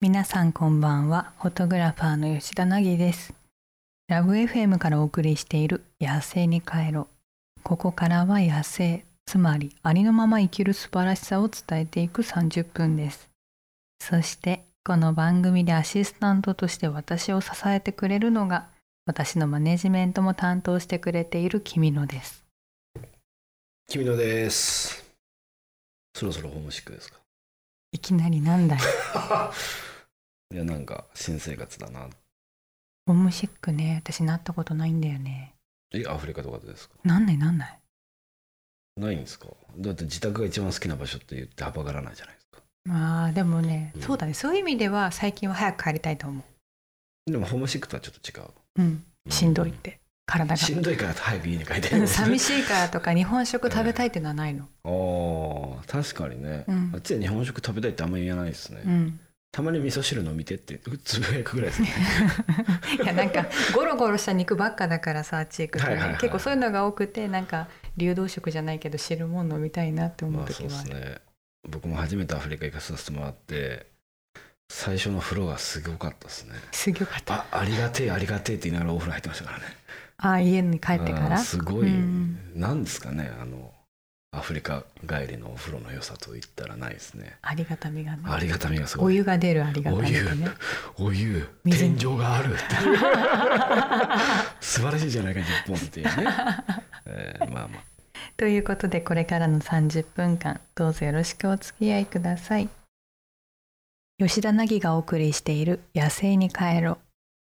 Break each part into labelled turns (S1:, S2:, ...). S1: 皆さんこんばんはフォトグラファーの吉田凪ですラブ FM からお送りしている野生に帰ろうここからは野生つまりありのまま生きる素晴らしさを伝えていく30分ですそしてこの番組でアシスタントとして私を支えてくれるのが私のマネジメントも担当してくれている君野です
S2: 君野です。そろそろホームシックですか
S1: いきなりなんだよ
S2: いや、なんか新生活だな。
S1: ホームシックね私なったことないんだよね
S2: え、アフリカとかでですか
S1: なんないなんない
S2: ないんですかだって自宅が一番好きな場所って言ってはばからないじゃないですか。
S1: まあでもね、
S2: うん
S1: そうだねそういう意味では最近は早く帰りたいと思
S2: でもホームシックとはちょっと違う。
S1: ううんしんどいっ
S2: う
S1: て体が
S2: しんどいから早く家に帰って
S1: うん 寂しい
S2: ら。
S1: からとか日本食食べたいっていうのはないの、
S2: ああ、確かにね。
S1: うん
S2: あっちで日本食食べたいってあんまり言えないですね。
S1: うん
S2: たまに味噌汁飲みてってつぶやくぐらいで すね。
S1: いやなんかゴロゴロした肉ばっかだからさあっち行くとね、
S2: はいはいはい
S1: 結構そういうのが多くてなんか流動食じゃないけど汁物飲みたいなって思
S2: ま
S1: う
S2: あそ
S1: 時
S2: うで
S1: はあ
S2: す
S1: る、
S2: ね僕も初めてアフリカ行かさせてもらって最初の風呂がすごかったですね
S1: すごかった
S2: あありがてえありがてえって言いながらお風呂入ってましたからね
S1: ああ家に帰ってか
S2: あー
S1: ら
S2: すごい、
S1: うん
S2: なんですかねあのアフリカ帰りのお風呂の良さと言ったらないですね
S1: ありがたみがね
S2: ありがたみがすご
S1: お
S2: い
S1: 湯が出るありがたみとね
S2: お湯
S1: 水
S2: 天井があ るっていう素晴らしいじゃないか日本っていうね、えーまあまあ
S1: ということでこれからの30分間どうぞよろしくお付き合いください吉田凪がお送りしている「野生に帰ろう」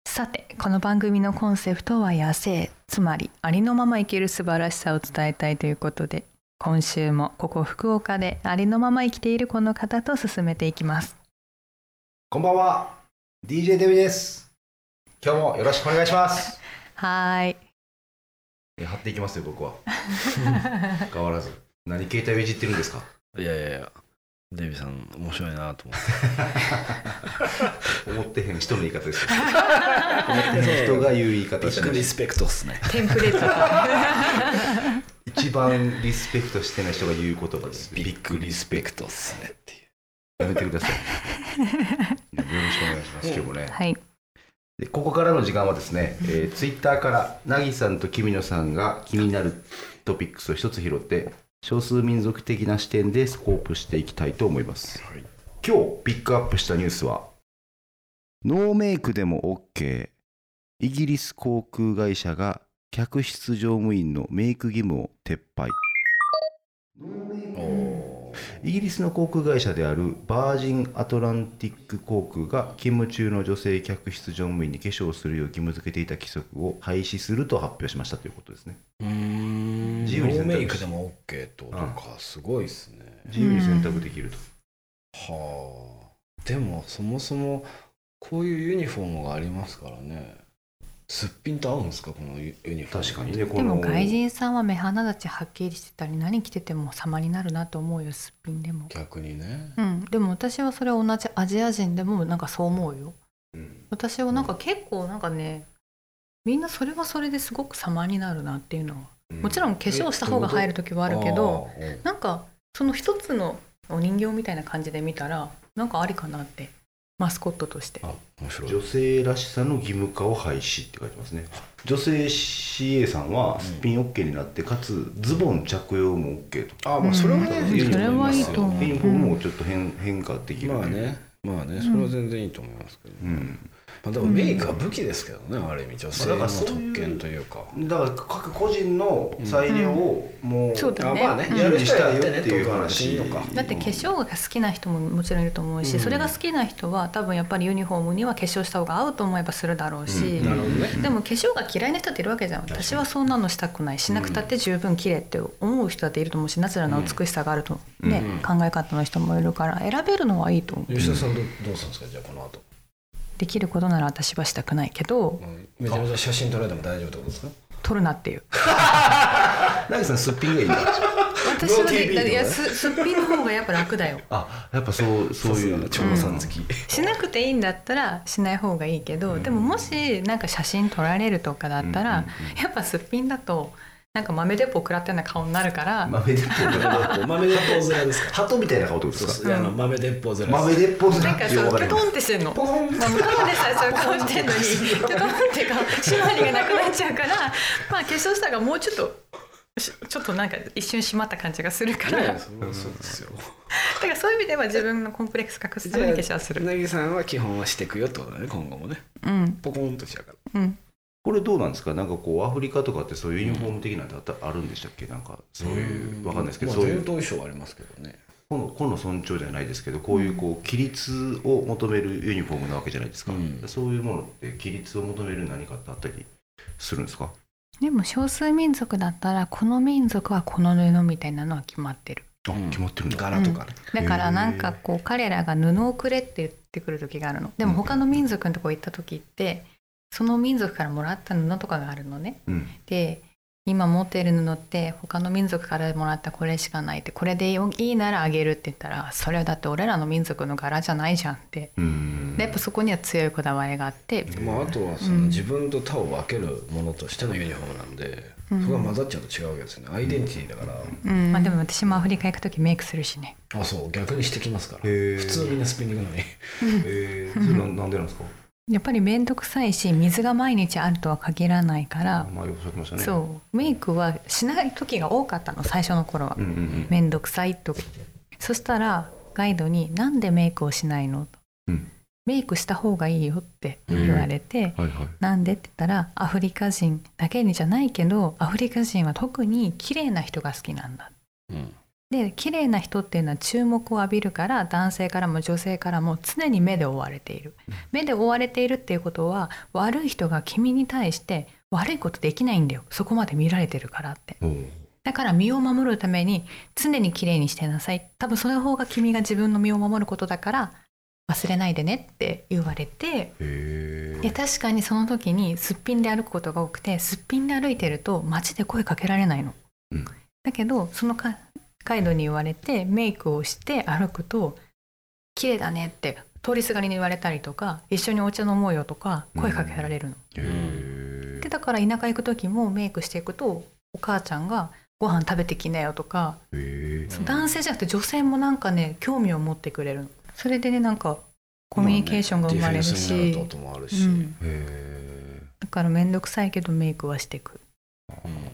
S1: さてこの番組のコンセプトは「野生」つまりありのまま生きる素晴らしさを伝えたいということで今週もここ福岡でありのまま生きているこの方と進めていきます
S3: こんばんは。DJ デビです。今日もよろしくお願いします。
S1: はーい
S3: え張っていきますよ、僕は。 変わらず。何携帯をいじってるんですか
S2: いやいやいやデイビーさん面白いなと思 って
S3: 思ってへん人の言い方ですよ。思ってへん 人 が言う言い方
S2: ビッ
S3: し
S2: グ
S3: ない
S2: リスペクトっすね
S1: テンプレートだ
S3: 一番リスペクトしてない人が言う言葉 です。
S2: ビッグリスペクトっすねっていう
S3: やめてください。よろしくお願いします、今日もね。
S1: はい
S3: でここからの時間はですね、えツイッター Twitter からなぎさんと君野さんが気になるトピックスを一つ拾って少数民族的な視点でスコープしていきたいと思います、
S2: はい
S3: 今日ピックアップしたニュースはノーメイクでも OK イギリス航空会社が客室乗務員のメイク義務を撤廃イギリスの航空会社であるバージン・アトランティック航空が勤務中の女性客室乗務員に化粧をするよう義務付けていた規則を廃止すると発表しましたということですね
S2: 自
S3: 自由に
S2: ノー
S3: 選択肢
S2: メイクでも OK ってことか、すごいですね
S3: 自由に選択できると、
S2: はあでもそもそもこういうユニフォームがありますからねすっぴんと合うんですかこのユユニフォーム
S3: 確かにねこ
S1: で
S3: の
S1: も外人さんは目鼻立ちはっきりしてたり何着てても様になるなと思うよすっぴんでも
S2: 逆にね
S1: うん、でも私はそれ同じアジア人でもなんかそう思うよ
S3: うん
S1: 私はなんか結構なんかねみんなそれはそれですごく様になるなっていうのはもちろん化粧した方が入る時はあるけど
S2: あー
S1: なんかその一つのお人形みたいな感じで見たらなんかありかなってマスコットとして
S2: あ面白い
S3: 女性らしさの義務化を廃止って書いてますね女性 CA さんはすっぴん OK になってかつズボン着用も OK と
S2: あまあそれはね、
S1: うん
S2: いいと思ますよ
S1: それはいいと思う
S3: ユニフォームもちょっと変変化できるという
S2: まあねまあねそれは全然いいと思いますけど、
S3: うん
S2: まあ、でもメイクは武器ですけどね、ある意味女性の
S3: まあだからそういう
S2: 特権というか
S3: だから各個人の裁量をもう、
S1: そうだね
S3: あまあね
S1: うん
S3: やる人はやってねっていう話
S2: うん
S1: だって化粧が好きな人ももちろんいると思うし、
S2: うん
S1: それが好きな人は多分やっぱりユニフォームには化粧した方が合うと思えばするだろうし、
S3: うんなる
S2: ほどね
S1: でも化粧が嫌いな人っているわけじゃん私はそんなのしたくないしなくたって十分綺麗って思う人だっていると思うしナチュラルな美しさがあると、ね考え方の人もいるから選べるのはいいと思う
S2: 吉田さんどどうするんですかじゃあこの後
S1: できることなら私はしたくないけど
S2: めちゃめちゃ写真撮られても大丈夫ってことですか
S1: 撮るなっていう
S3: ナギさんすっぴんがいいんだ
S1: 私は
S2: ノー TV
S1: ね
S2: とかね
S1: いやすすっぴんの方がやっぱ楽だよ
S3: あやっぱそうそういう
S2: 長野さん好き、
S1: しなくていいんだったらしない方がいいけど、でももしなんか写真撮られるとかだったら、やっぱすっぴんだとなんか豆鉄砲食らったような顔になるから、
S3: 豆鉄砲ってこと
S2: 豆鉄砲面ですか
S3: 鳩みたいな顔ってこと
S2: そう
S3: です
S2: そ
S3: か
S2: うあの豆鉄砲面です
S3: 豆鉄砲って
S1: なんか
S3: よ
S1: そうう
S3: わ
S1: キョ
S3: かり
S1: ト
S3: ま
S1: ン
S3: す
S1: ってしてんの。
S3: ポコン
S1: まあ、昔でさえそういう顔してんのに、キョトンって顔、締まりがなくなっちゃうから、まあ化粧したがもうちょっと、しちょっとなんか一瞬締まった感じがするから、
S2: ね
S1: だ
S2: それはそうですよ
S1: からそういう意味では自分のコンプレックス隠すために化粧す
S2: う
S1: る。
S2: なぎさんは基本はしていくよってことだね今後もね
S1: うん、
S2: ポコンとしちゃうから
S1: うん。
S3: これどうなんですかなんかこうアフリカとかってそういうユニフォーム的なんてあったあるんでしたっけなんかそういうわかんないですけど
S2: まあ
S3: そういう
S2: 伝統衣装はありますけどね
S3: このこの尊重じゃないですけどこういうこう規律を求めるユニフォームなわけじゃないですか、
S2: うん
S3: そういうものって規律を求める何かってあったりするんですか
S1: でも少数民族だったら、この民族はこの布みたいなのは決まってる。
S3: あ、
S2: うん
S3: 決まってるんだ
S2: 柄とかね
S1: だからなんかこう彼らが布をくれって言ってくる時があるのでも他の民族のとこ行った時ってその民族からもらった布とかがあるのね
S3: うん
S1: で今持ってる布って他の民族からもらったこれしかないってこれでよいいならあげるって言ったらそれはだって俺らの民族の柄じゃないじゃんって
S3: うん
S1: でやっぱそこには強いこだわりがあって
S2: まあ、あとはその
S1: うん
S2: 自分と他を分けるものとしてのユニフォームなんで、
S1: うん
S2: そこが混ざっちゃうと違うわけですよねアイデンティティだから、
S1: うんまあでも私もアフリカ行く時メイクするしね
S2: あそう逆にしてきますから
S3: へー
S2: 普通みんなスピンに行くのに
S3: えー、それななんでなんですか
S1: やっぱり面倒くさいし水が毎日あるとは限らないから
S3: 前おっしゃってましたね
S1: そうメイクはしない時が多かったの最初の頃は
S3: うんうんうん
S1: 面倒くさいとそしたらガイドに「なんでメイクをしないの?」と
S3: うん
S1: 「メイクした方がいいよ」って言われて
S3: はいはい
S1: 「なんで?」って言ったら「アフリカ人だけにじゃないけどアフリカ人は特に綺麗な人が好きなんだ」
S2: うん
S1: で綺麗な人っていうのは注目を浴びるから男性からも女性からも常に目で追われている目で追われているっていうことは悪い人が君に対して悪いことできないんだよそこまで見られてるからって
S3: おう
S1: だから身を守るために常に綺麗にしてなさい多分その方が君が自分の身を守ることだから忘れないでねって言われて
S3: へ
S1: で確かにその時にすっぴんで歩くことが多くてすっぴんで歩いてると街で声かけられないの。
S3: うん
S1: だけどそのかガイドに言われてメイクをして歩くと「綺麗だね」って通りすがりに言われたりとか「一緒にお茶飲もうよ」とか声かけられるの。
S3: え
S1: でだから田舎行く時もメイクしていくとお母ちゃんが「ご飯食べてきなよ」とか
S3: へえ
S2: うん
S1: 男性じゃなくて女性もなんかね興味を持ってくれるのそれでねなんかコミュニケーションが生まれるし,、
S2: まあねディフェンスになることもあるし、
S1: うん、
S3: へ
S1: だから面倒くさいけどメイクはしていく
S3: え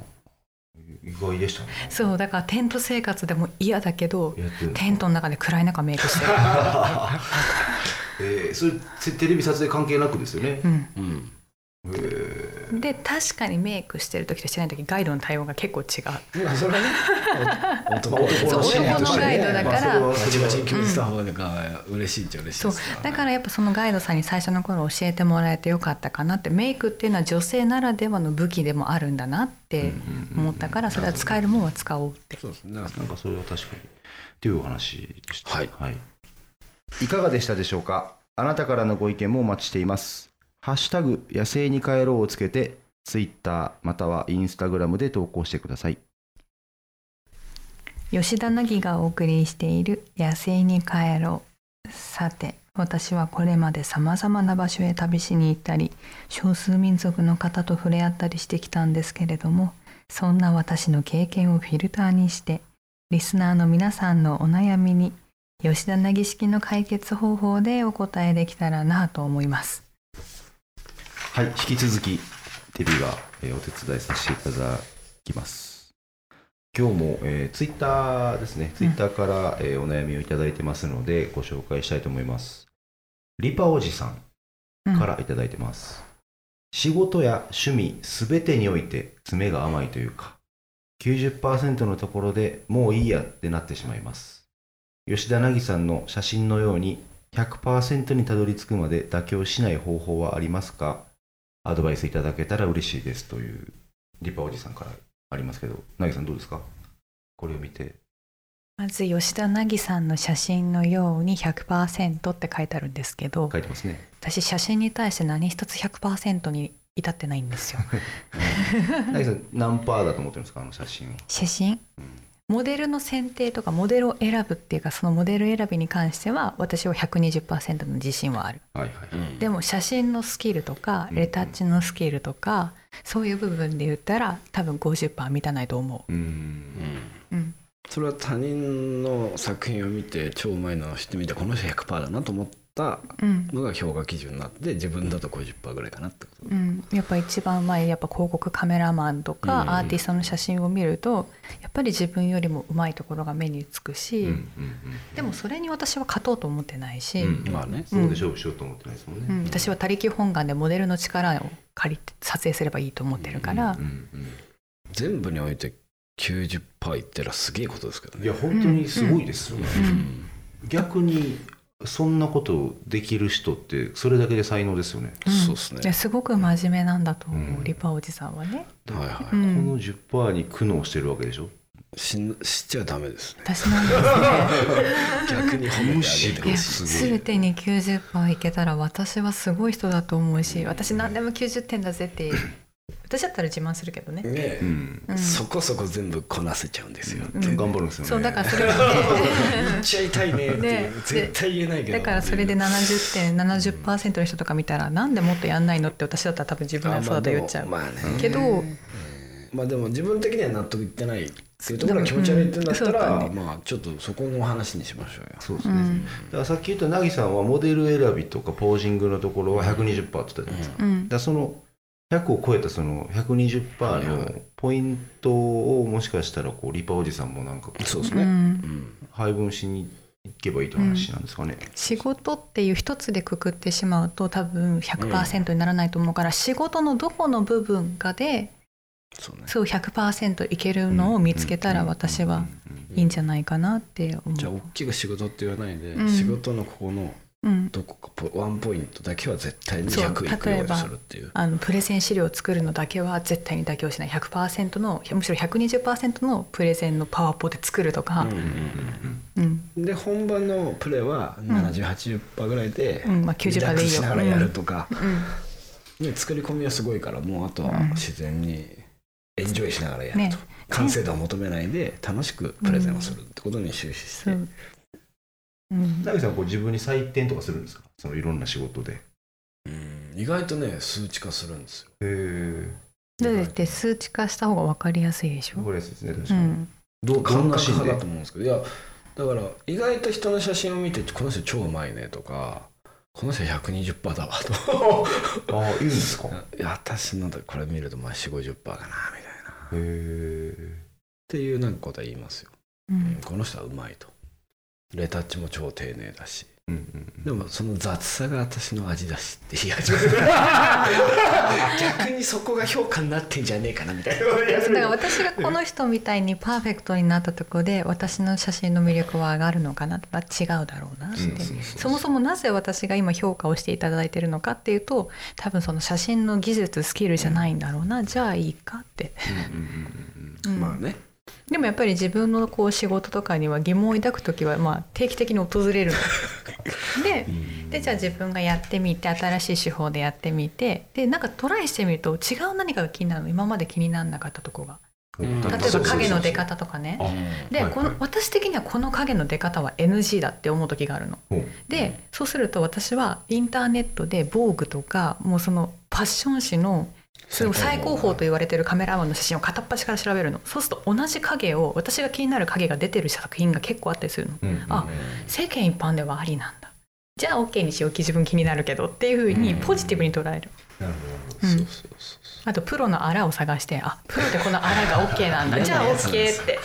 S3: 意外でしたね
S1: そうだからテント生活でも嫌だけど
S3: やってる
S1: テントの中で暗い中メイクして る、
S3: えー、それせテレビ撮影関係なくですよね、
S1: うん
S2: うん
S3: へ
S1: で確かにメイクしてる時としてない時ガイドの対応が結構違う
S2: まあそれはね
S3: まあ
S2: 男
S3: 男
S1: の心理としてね
S2: 男の
S1: まあそれは
S2: バチバチに決めてた方がなんか嬉しいっちゃ嬉しい
S1: そ
S2: で
S1: う
S2: す
S1: だかららやっぱそのガイドさんに最初の頃教えてもらえてよかったかなってメイクっていうのは女性ならではの武器でもあるんだなって思ったからそれは使えるもんは使おうって
S2: そうですね
S3: なんかそれは確かにっていうお話でした
S2: はい
S3: い、いかがでしたでしょうかあなたからのご意見もお待ちしていますハッシュタグ野生に帰ろうをつけてツイッターまたはインスタグラムで投稿してください
S1: 吉田凪がお送りしている「野生に帰ろう」さて私はこれまでさまざまな場所へ旅しに行ったり少数民族の方と触れ合ったりしてきたんですけれどもそんな私の経験をフィルターにしてリスナーの皆さんのお悩みに吉田凪式の解決方法でお答えできたらなと思います。
S3: はい引き続きデビューが、えーお手伝いさせていただきます今日も、えー、ツイッターですねツイッターから、えーお悩みをいただいてますのでご紹介したいと思いますリパおじさん
S1: うん
S3: からいただいてます、仕事や趣味すべてにおいて詰めが甘いというか90%のところでもういいやってなってしまいます吉田凪さんの写真のように100%にたどり着くまで妥協しない方法はありますかアドバイスいただけたら嬉しいですというリパおじさんからありますけど凪さんどうですかこれを見て
S1: まず吉田凪さんの写真のように100%って書いてあるんですけど、
S3: 書いてま すね
S1: 私写真に対して何一つ100%に至って ないんですよ
S3: 凪さん何パーだと思ってるんですかあの写真を
S1: 写真モデルの選定とかモデルを選ぶっていうかそのモデル選びに関しては私は120%の自信はある
S3: はいはい
S2: うん
S1: でも写真のスキルとか
S3: うん
S1: レタッチのスキルとかそういう部分で言ったら多分50%満たないと思
S3: う
S2: うんん
S1: う、うん、
S2: それは他人の作品を見て超うまいのを知ってみてこの人100%だなと思った
S1: うん
S2: のが評価基準になって自分だと50%ぐらいかなってこと
S1: うん、やっぱ一番前やっぱ広告カメラマンとか
S2: うん
S1: アーティストの写真を見るとやっぱり自分よりも上手いところが目につくし、
S3: うんうん
S1: でもそれに私は勝とうと思ってないし、
S3: うん
S2: まあね
S3: そうで勝負しようと思ってないですもんね、
S1: うん私は他力本願でモデルの力を借りて撮影すればいいと思ってるから、
S3: うん
S2: 全部において90%いってらすげえことですけど
S3: うん
S2: ね
S3: いや本当にすごいですよね、
S2: うん
S3: 逆にそんなことできる人ってそれだけで才能ですよね、
S1: うん
S2: そうっすね
S1: いやすごく真面目なんだと思う、
S3: うん
S1: リパおじさんはね、
S2: はいは
S1: う
S2: い
S1: ん
S3: この10%に苦悩してるわけでしょ
S2: 死ん死っちゃダメですね
S1: 私なん ですね
S2: 逆に褒めてあげて
S1: い
S2: ほ
S1: や
S2: しい
S1: 全てに90%いけたら私はすごい人だと思うし私何でも90点だぜって私だったら自慢するけどね
S2: ねえ
S3: ん
S1: うん
S2: そこそこ全部こなせちゃうんですよって、
S1: うん
S3: 頑張るんですよね
S1: そうだからそれは
S2: 言っちゃいたいねって、
S1: ね
S2: 絶対言えない
S1: ね
S2: けど
S1: だからそれで70点70%の人とか見たらなんでもっとやんないのって私だったら多分自分がそうだと言っちゃう、
S2: まあまあね
S1: けど、
S2: まあでも自分的には納得いってないっていうところが気持ち悪いってんだったら、
S1: うんそうだ
S2: まあちょっとそこのお話にしましょうよ
S3: そうです
S1: う
S3: ね、
S1: ん
S3: だからさっき言ったなぎさんはモデル選びとかポージングのところは120%って言ったじゃないですか,、だか
S1: うん
S3: らその100を超えたその120%のポイントをもしかしたらこうリパおじさんもなんかこう
S2: そうです
S1: う
S2: ね、
S1: ん
S2: うん
S3: 配分しに行けばいいという話なんですかね、
S1: 仕事っていう一つでくくってしまうと多分100%にならないと思うから、仕事のどこの部分かで
S2: そうね
S1: そう100%いけるのを見つけたら私は
S2: うん
S1: いいんじゃないかなって思
S2: じゃあ
S1: う。
S2: 大きく仕事って言わないで、
S1: うん
S2: 仕事のここの
S1: うん、
S2: どこかポワンポイントだけは絶対に
S1: そう
S2: 100いくようにするっていう
S1: あのプレゼン資料を作るのだけは絶対に妥協しない100%のむしろ120%のプレゼンのパワポで作るとか、
S2: うん
S1: うん
S2: うんで本番のプレーは7080%ぐらいで、
S1: うんまあ90%
S2: リラックスしながらやるとか、
S1: うん
S2: ね、作り込みはすごいからもうあとは
S1: うん
S2: 自然にエンジョイしながらやると、
S1: ね
S2: 完成度を求めないで楽しくプレゼンをするってことに終始して、
S1: そううん
S3: なぎさんはこう自分に採点とかするんですかそのいろんな仕事でへ
S2: うん意外とね数値化するんですよ
S3: え
S1: だって数値化した方が分かりやすいでしょ
S3: 分か。りやすいですね確
S1: う
S3: かに、
S1: ん
S3: どどん
S2: 感
S3: な
S2: 覚
S3: シーン
S2: 派
S3: で
S2: だと思うんですけどいやだから意外と人の写真を見てこの人超うまいねとかこの人120%だわと
S3: ああいるんですかへ
S2: いや私のだこれ見るとまあ4050%かなみたいなっ
S3: え
S2: ていうなんかことは言いますよ、
S1: う
S2: うん
S1: ん
S2: この人はうまいとレタッチも超丁寧だし
S3: うんうんうん
S2: でもその雑さが私の味だしって言い始める 逆にそこが評価になってんじゃねえかなみたいな
S1: だから私がこの人みたいにパーフェクトになったところで私の写真の魅力は上がるのかなとか違うだろうなって、
S3: うんそうそうそう
S1: そもそもなぜ私が今評価をしていただいてるのかっていうと多分その写真の技術スキルじゃないんだろうな、じゃあいいかって、
S3: うんうんうん
S1: うん
S2: まあね
S1: でもやっぱり自分のこう仕事とかには疑問を抱く時はまあ定期的に訪れる のででじゃあ自分がやってみて新しい手法でやってみてでなんかトライしてみると違う何かが気になるの今まで気にならなかったとこが。
S2: うん
S1: 例えば影の出方とかね
S3: あ
S1: で、
S3: はい
S1: この私的にはこの影の出方は NG だって思う時があるの。
S3: ほう
S1: でそうすると私はインターネットで防具とかもうそのファッション誌のそれを最高峰と言われてるカメラマンの写真を片っ端から調べるのそうすると同じ影を私が気になる影が出てる作品が結構あったりするの。
S3: うんうん
S1: あ世間一般ではありなんだじゃあ OK にしよう自分気になるけどっていうふうにポジティブに捉える、
S3: なるほどなるほど
S1: うん
S2: そうそうそうそ
S1: あとプロのアラを探してあプロってこのアラが OK なんだじゃあ OK って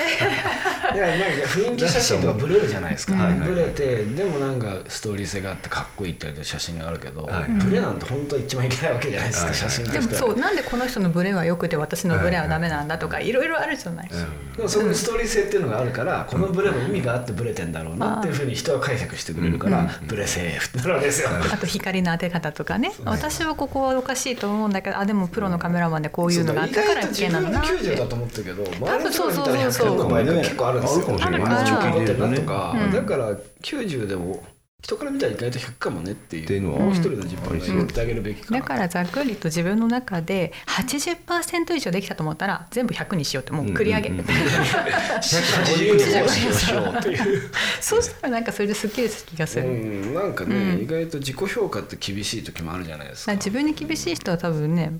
S2: ういやなんか雰囲気写真とかブレるじゃないですか、
S3: はいはい
S2: ブレてでもなんかストーリー性があってかっこいいって言われてる写真があるけど、
S3: はい
S2: ブレなんて本当は一番いけないわけじゃないですか、
S3: はい
S2: 写真と
S1: で
S2: し
S1: も
S2: ては
S1: そうなんでこの人のブレはよくて私のブレはダメなんだとかいろいろあるじゃない、
S2: でもそこにストーリー性っていうのがあるからこのブレも意味があってブレてんだろうなっていうふうに人は解釈してくれるから、ブレセーフってなるんですよ、
S1: あと光の当て方とかね私はここはおかしいと思うんだけどあでもプロのカメラマンでこういうのがあったから
S2: 意外と自
S1: OK な
S2: 分
S1: の
S2: の
S1: なって
S2: 90だと思ってたけど
S1: 多分そうそうそうそう
S2: 周りの人が見たら100とか結構あるんですよ結構
S3: あるから
S2: あるかもしれない
S3: あるから
S2: だから
S1: うん
S2: だから90でも人から見たら意外と100かもねっていう
S3: っていうのは
S2: もう一人の自分が言ってあげるべきかな
S1: だからざっくりと自分の中で80%以上できたと思ったら全部100にしようってもう繰り上げ、
S3: うんう んうん
S2: 80にしようしようっていう、
S1: そうしたらなんか それですっきりする気がする、
S2: うん、なんかね、
S1: うん
S2: 意外と自己評価って厳しい時もあるじゃないです
S1: ま
S2: か
S1: あ自分に厳しい人は多分ね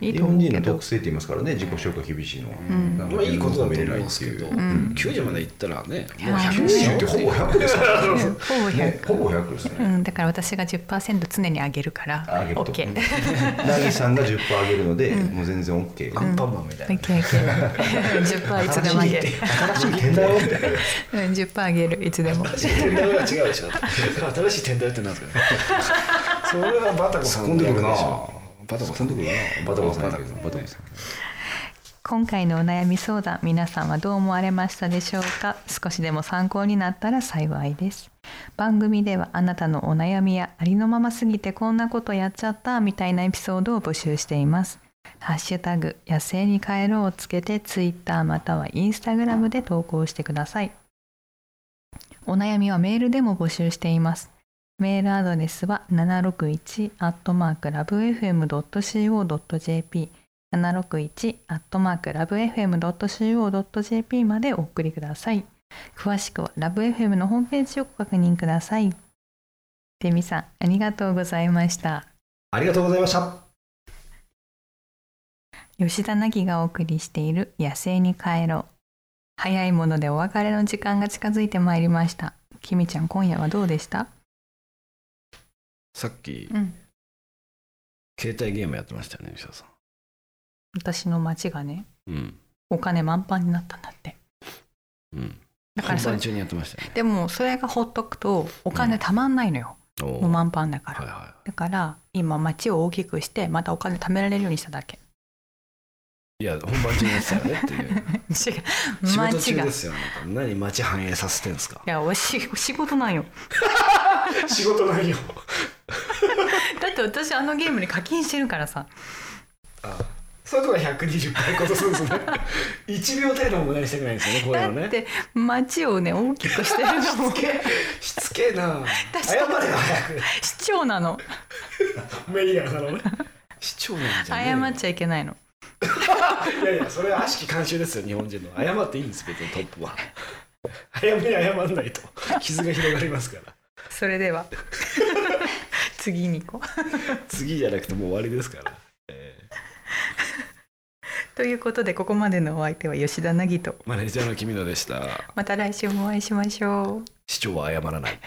S1: いい
S3: 日
S1: と思
S3: 本
S1: う
S3: 人
S1: け
S3: の
S1: ど
S3: 特性って言いますからね自己紹介厳しいのは、
S1: ん
S3: なん
S2: ま
S3: か
S2: あいいことだと思
S3: 見
S2: い
S3: れない
S2: ま
S3: っ
S2: す
S3: て
S2: け
S3: い
S2: ど、
S3: う
S1: う
S2: うん
S1: ん、
S2: 90まで行ったらね
S1: や
S2: う
S1: 90
S3: 90ってほぼ100です から
S1: うん
S3: ね
S1: ほぼ
S3: ね
S1: 100、
S3: ほぼ100です
S1: う
S3: ね
S1: ん、だから私が10%常に上げるから
S3: あげると
S1: OK
S3: ナギさんが10%上げるので、もう全然 OK
S2: アンパンマンみたいな、
S1: OKOK10% いつでも上げる
S3: 新しい点だよみたいな
S1: うん10%上げるいつでも
S2: 天台は違うでしょ新しい天台ってなんですかねそれはバタコさん
S3: 突っ込んでくるな
S2: バタコさん
S3: 突っ込んでくるなバタコさん
S2: バタコさん
S3: バタコさん
S1: 今回のお悩み相談皆さんはどう思われましたでしょうか少しでも参考になったら幸いです番組ではあなたのお悩みやありのまますぎてこんなことやっちゃったみたいなエピソードを募集していますハッシュタグ野生に帰ろうをつけてツイッターまたはインスタグラムで投稿してくださいお悩みはメールでも募集していますメールアドレスは761 lovefm.co.jp 761-lovefm.co.jp までお送りください。詳しくはラブ f m のホームページをご確認ください。てみさん、ありがとうございました。
S3: ありがとうございました
S1: 吉田凪がお送りしている野生に帰ろう。早いものでお別れの時間が近づいてまいりました。きみちゃん、今夜はどうでした
S2: さっき
S1: うん。
S2: 携帯ゲームやってましたよねミシャさ
S1: 私の街がね、
S2: んうん
S1: お金満帆になったんだって。
S2: うん
S1: だからそれ
S2: 本番、中にやってましたよね
S1: でもそれがほっとくとお金たまんないのよ。
S2: おー
S1: もう満帆だから
S2: は。いは
S1: だから今町を大きくしてまたお金貯められるようにしただけ
S2: いいや本番中にやってたよねっ ていう
S1: 違う
S2: 仕事
S1: 町
S2: 中
S1: がい
S2: ですよあなた何街反映させて んですか
S1: やおし仕事なんよ
S2: 仕事内容
S1: だって私あのゲームに課金してるからさ
S2: あそういうとこが120回ことするんですね1秒程度も無駄にしたくないんですよねこういうの
S1: だ
S2: ね
S1: って町をね大きくしてるのも
S2: しつけえな
S1: 私
S2: 謝れよ早く
S1: 市長なの
S2: メディアさんのね市長なんじゃねえ
S1: 謝
S2: よ
S1: っちゃいけないの
S2: いやいやそれは悪しき慣習ですよ日本人の謝っていいんです別にトップは早めに謝らないと傷が広がりますから
S1: それ では次に行こう
S2: 次じゃなくてもう終わりですから、え
S1: ということでここまでのお相手は吉田凪と
S2: ーマネージャーの君野でした
S1: また来週もお会いしましょう
S2: 市長は謝らない